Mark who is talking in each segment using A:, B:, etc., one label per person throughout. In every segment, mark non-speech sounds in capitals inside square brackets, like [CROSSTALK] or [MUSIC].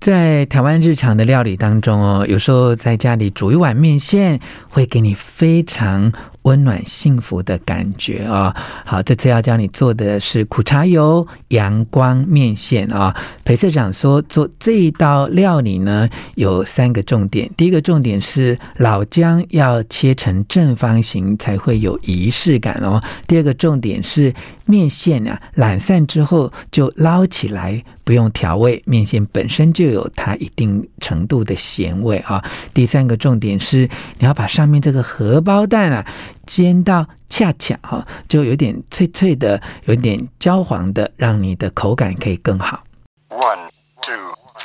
A: 在台湾日常的料理当中哦，有时候在家里煮一碗面线，会给你非常温暖幸福的感觉哦。好，这次要教你做的是苦茶油阳光面线啊、哦。裴社长说，做这一道料理呢，有三个重点。第一个重点是老姜要切成正方形，才会有仪式感哦。第二个重点是面线啊，懒散之后就捞起来，不用调味，面线本身就有它一定程度的咸味啊。第三个重点是，你要把上面这个荷包蛋啊，煎到恰恰哈、哦，就有点脆脆的，有点焦黄的，让你的口感可以更好。
B: One, two,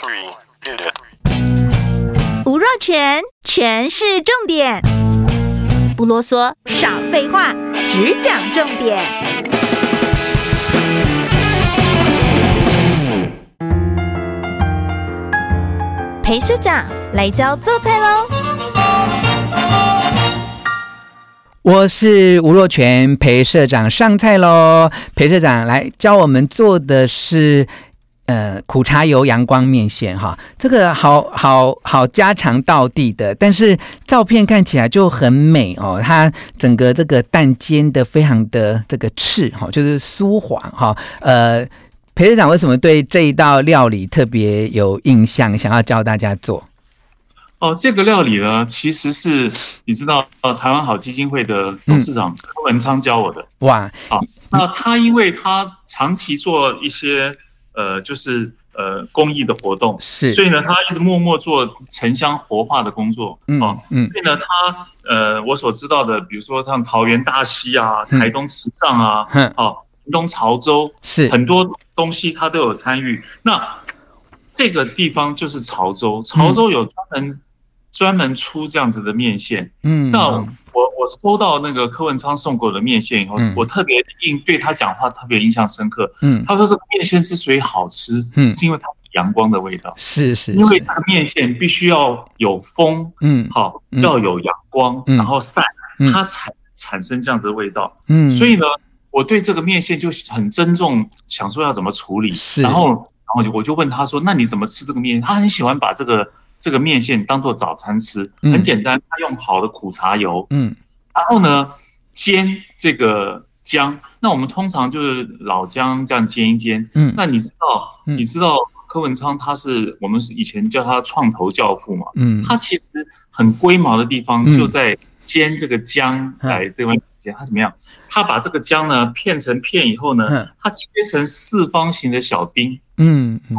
B: three, hit it.
C: 吴若全，全是重点，不啰嗦，少废话，只讲重点。
D: 裴师长来教做菜喽！
A: 我是吴若全，裴社长上菜喽。裴社长来教我们做的是，呃，苦茶油阳光面线哈，这个好好好家常道地的，但是照片看起来就很美哦。它整个这个蛋煎的非常的这个赤哈、就是酥黄哈、呃，裴社长为什么对这一道料理特别有印象，想要教大家做？
E: 哦，这个料理呢，其实是你知道，呃，台湾好基金会的董事
A: 嗯
E: 长柯文昌教我的。
A: 哇，
E: 那他因为他长期做一些呃，就是呃公益的活动，
A: 是，
E: 所以呢，他一直默默做城乡活化的工作。哦，
A: 嗯
E: 所以呢，他呃，我所知道的，比如说像桃园大溪啊、
A: 嗯
E: 台东池上啊、
A: 哼，
E: 哦、屏东潮州，
A: 嗯是，
E: 很多东西他都有参与。那这个地方就是潮
A: 嗯
E: 州，潮州有专门专门出这样子的面线。
A: 嗯，
E: 那我我收到那个柯文昌送给我的面线以后，
A: 嗯
E: 我特别印对他讲话特别印象深刻。
A: 嗯，
E: 他说这个面线之所以好吃，
A: 嗯
E: 是因为它有阳光的味道，
A: 是是，
E: 因为
A: 是
E: 它的面线必须要有风，
A: 嗯
E: 好、
A: 嗯
E: 要有阳光，
A: 嗯
E: 然后晒，
A: 嗯
E: 它产产生这样子的味道。
A: 嗯，
E: 所以呢，我对这个面线就很珍重，想说要怎么处理。
A: 是
E: 然后然后我就我就问他说：“那你怎么吃这个面？”他很喜欢把这个这个面线当做早餐吃，
A: 嗯
E: 很简单，他用好的苦茶油，
A: 嗯
E: 然后呢煎这个姜。那我们通常就是老姜这样煎一煎。
A: 嗯，
E: 那你知道
A: 嗯
E: 你知道柯文昌他是我们是以前叫他创投教父嘛？
A: 嗯
E: 它其实很龟毛的地方
A: 嗯
E: 就在煎这个姜来这块煎，它怎么样？它把这个姜呢片成片以后呢
A: 嗯，
E: 它切成四方形的小丁。
A: 嗯嗯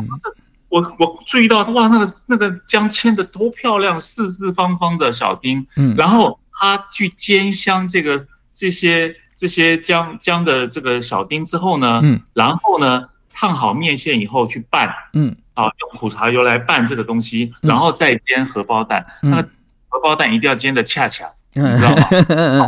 E: 我我注意到哇，那个那个姜切的多漂亮，四四方方的小丁。
A: 嗯，
E: 然后它去煎香这个这些这些姜姜的这个小丁之后呢，
A: 嗯
E: 然后呢烫好面线以后去拌，
A: 嗯
E: 啊，用苦茶油来拌这个东西，
A: 嗯
E: 然后再煎荷包蛋。
A: 嗯
E: 那个荷包蛋一定要煎的恰恰，
A: 嗯 [LAUGHS]
E: 你知道吗？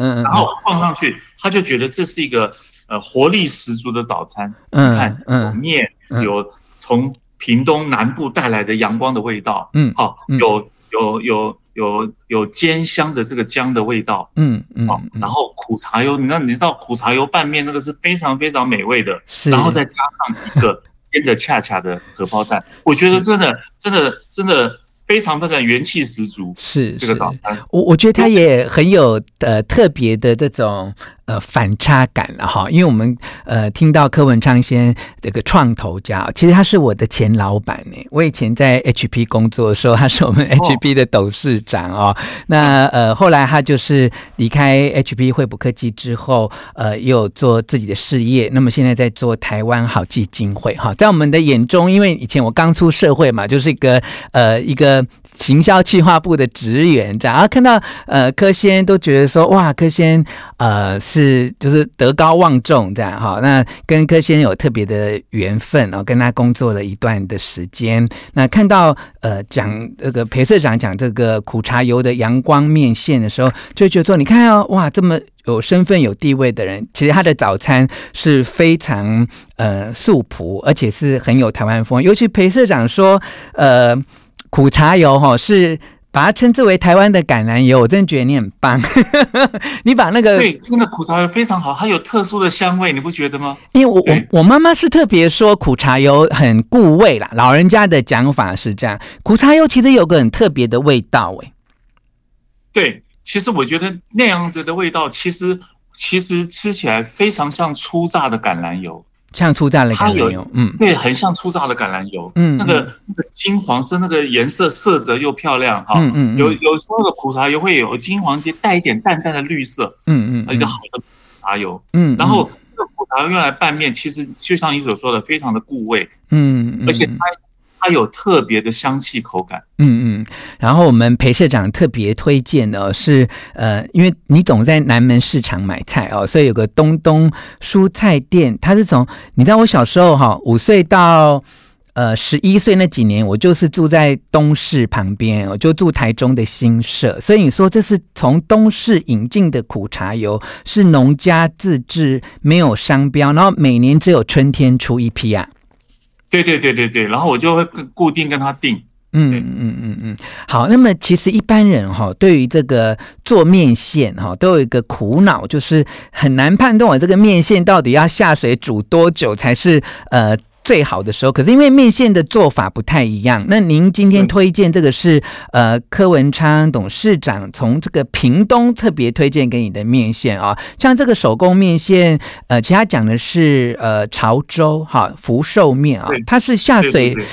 A: 嗯
E: 然后放上去，他就觉得这是一个呃活力十足的早餐。你看，有
A: 嗯
E: 面，
A: 嗯
E: 有从屏东南部带来的阳光的味道，
A: 嗯
E: 好
A: 嗯，
E: 有有有有有煎香的这个姜的味道。
A: 嗯嗯
E: 哦，然后苦茶油，你知道你知道苦茶油拌面那个是非常非常美味的，
A: 是，
E: 然后再加上一个煎的恰恰的荷包蛋，我觉得真的真的真的非常非常元气十足。
A: 是
E: 这个
A: 是。
E: 早餐，
A: 我我觉得它也很有呃特别的这种呃反差感了哈，因为我们呃听到柯文昌先这个创投家，其实他是我的前老板呢、我以前在 HP 工作的时候，他是我
E: 哦
A: 们 HP 的董事长哦。 [LAUGHS] 那呃后来他就是离开 HP 惠普科技之后，呃也有做自己的事业，那么现在在做台湾好基金会哈，在我们的眼中，因为以前我刚出社会嘛，就是一个呃一个行销企划部的职员这样，然后看到呃柯先都觉得说哇，柯先呃是就是德高望重这样哈、那跟柯先有特别的缘分哦，跟他工作了一段的时间。那看到呃讲这个裴社长讲这个苦茶油的阳光面线的时候，就会觉得说你看哦哇这么。有身份、有地位的人，其实他的早餐是非常呃素朴，而且是很有台湾风。尤其裴社长说，呃，苦茶油哈、是把它称之为台湾的橄榄油，我真的觉得你很棒。 [LAUGHS] 你把那个，
E: 对，真的苦茶油非常好，它有特殊的香味，你不觉得吗？
A: 因为我
E: 对
A: 我我妈妈是特别说苦茶油很固味啦，老人家的讲法是这样，苦茶油其实有个很特别的味道、欸，
E: 对，其实我觉得那样子的味道，其实其实吃起来非常像初榨的橄榄油，
A: 像初榨的
E: 它
A: 橄榄
E: 有
A: 油，嗯
E: 对，很像初榨的橄榄油。
A: 嗯
E: 那个那个金黄色，那个颜色色泽又漂亮哈。
A: 嗯嗯嗯
E: 有有时候的苦茶油会有金黄带带一点淡淡的绿色，呃
A: 嗯嗯
E: 一
A: 嗯
E: 个好的苦茶油。
A: 嗯，
E: 然后这个苦茶油用来拌面，其实就像你所说的，非常的固味，
A: 嗯，嗯
E: 而且它它有特别的香气口感。
A: 嗯嗯，然后我们裴社长特别推荐的、哦、是，呃，因为你总在南门市场买菜哦，所以有个东东蔬菜店，它是从你知道我小时候哈、五岁到呃十一岁那几年，我就是住在东市旁边，我就住台中的新社，所以你说这是从东市引进的苦茶油，是农家自制，没有商标，然后每年只有春天出一批啊。
E: 对对对对对，然后我就会跟固定跟它定。
A: 嗯
E: 对
A: 嗯嗯嗯，好。那么其实一般人哈、对于这个做面线哈、都有一个苦恼，就是很难判断我这个面线到底要下水煮多久才是呃最好的时候。可是因为面线的做法不太一样，那您今天
E: 嗯
A: 推荐这个是呃柯文昌董事长从这个屏东特别推荐给你的面线啊、像这个手工面线，呃，其实他讲的是呃潮州哈、福寿面啊、
E: 对
A: 它是下
E: 对对
A: 水
E: 对。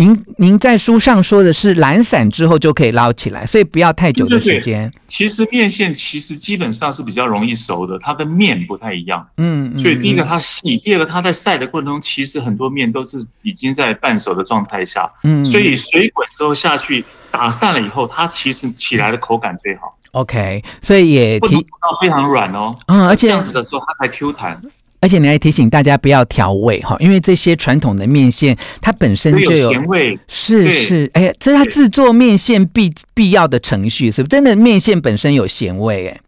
A: 您您在书上说的是懒散之后就可以捞起来，所以不要太久的
E: 对对对
A: 时间。
E: 其实面线其实基本上是比较容易熟的，它跟面不太一样。
A: 嗯，嗯
E: 所以第一个
A: 嗯
E: 它细，第二个它在晒的过程中，其实很多面都是已经在半熟的状态下，
A: 嗯，
E: 所以水滚之后下去打散了以后，它其实起来的口感最好，
A: OK，所以也
E: 不能
A: 提
E: 煮到非常软哦。
A: 嗯，而
E: 这
A: 且
E: 样子的时候它才 Q 弹，
A: 而且你还提醒大家不要调味哈，因为这些传统的面线它本身
E: 会
A: 嗯就
E: 有
A: 有
E: 咸味。
A: 是
E: 对
A: 是，哎呀，这是它制作面线必必要的程序，是不是？真的面线本身有咸味哎。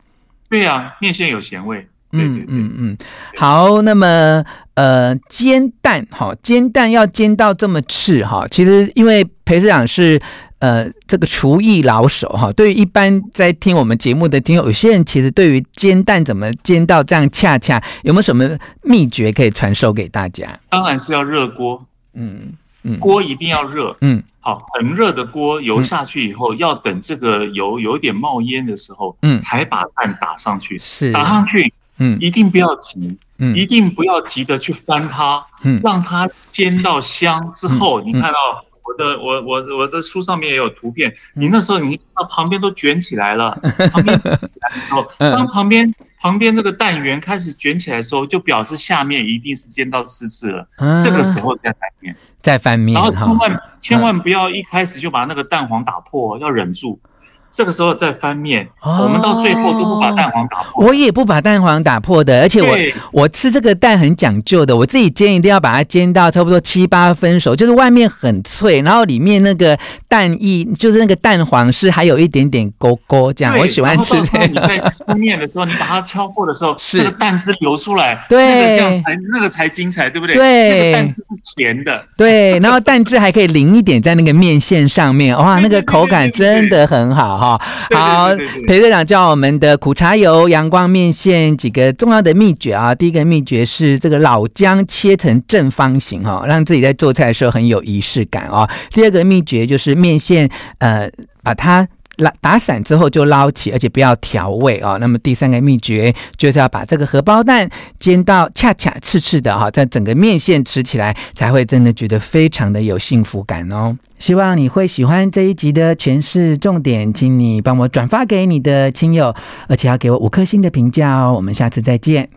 E: 对呀、面线有咸味。对对
A: 嗯
E: 对，
A: 嗯嗯，好，那么呃，煎蛋哈，煎蛋要煎到这么赤哈，其实因为裴市长是呃这个厨艺老手哈，对于一般在听我们节目的听友，有些人其实对于煎蛋怎么煎到这样恰恰，有没有什么秘诀可以传授给大家？
E: 当然是要热锅，
A: 嗯嗯
E: 锅一定要热。
A: 嗯
E: 好，很热的锅油下去以后，要等这个油有点冒烟的时候，
A: 嗯
E: 才把蛋打上去。
A: 是
E: 打上去
A: 嗯
E: 一定不要急，
A: 嗯
E: 一定不要急着去翻它，
A: 嗯
E: 让它煎到香之后，你看到我的我我我的书上面也有图片，
A: 嗯
E: 你那时候你看到旁边都卷起来
A: [LAUGHS]
E: 了，旁边卷起来的时候，
A: 嗯
E: 当旁边旁边那个蛋圆开始卷起来的时候，就表示下面一定是煎到湿翅了，
A: 啊
E: 这个时候再翻面，
A: 再翻面
E: 然后千
A: 哈，
E: 万千万不要一开始就把那个蛋黄打破，要忍住。这个时候再翻面，
A: 哦
E: 我们到最后都不把蛋黄打破。
A: 我也不把蛋黄打破的，而且我
E: 对
A: 我吃这个蛋很讲究的，我自己煎一定要把它煎到差不多七八分熟，就是外面很脆，然后里面那个蛋液，就是那个蛋黄是还有一点点勾勾这样。
E: 对
A: 我喜欢吃
E: 然后
A: 这
E: 到时候你
A: 个。
E: 在出面的时候，你把它敲破的时候，
A: 是
E: 那个蛋汁流出来，
A: 对
E: 那个这样才那个才精彩，对不对？
A: 对
E: 那个蛋汁是甜的，
A: [LAUGHS] 对，然后蛋汁还可以淋一点在那个面线上面，哇，那
E: 对对
A: 个
E: 对
A: 口感
E: 对对
A: 真的很好哈。
E: 对对
A: 好
E: 对对对，对
A: 裴队长教我们的苦茶油、阳光面线几个重要的秘诀啊。第一个秘诀是这个老姜切成正方形哈、哦，让自己在做菜的时候很有仪式感哦。第二个秘诀就是面线，呃，把它。拉打散之后就捞起，而且不要调味哦。那么第三个秘诀就是要把这个荷包蛋煎到恰恰赤赤的哈、在整个面线吃起来才会真的觉得非常的有幸福感哦。希望你会喜欢这一集的诠释重点，请你帮我转发给你的亲友，而且要给我五颗星的评价哦。我们下次再见。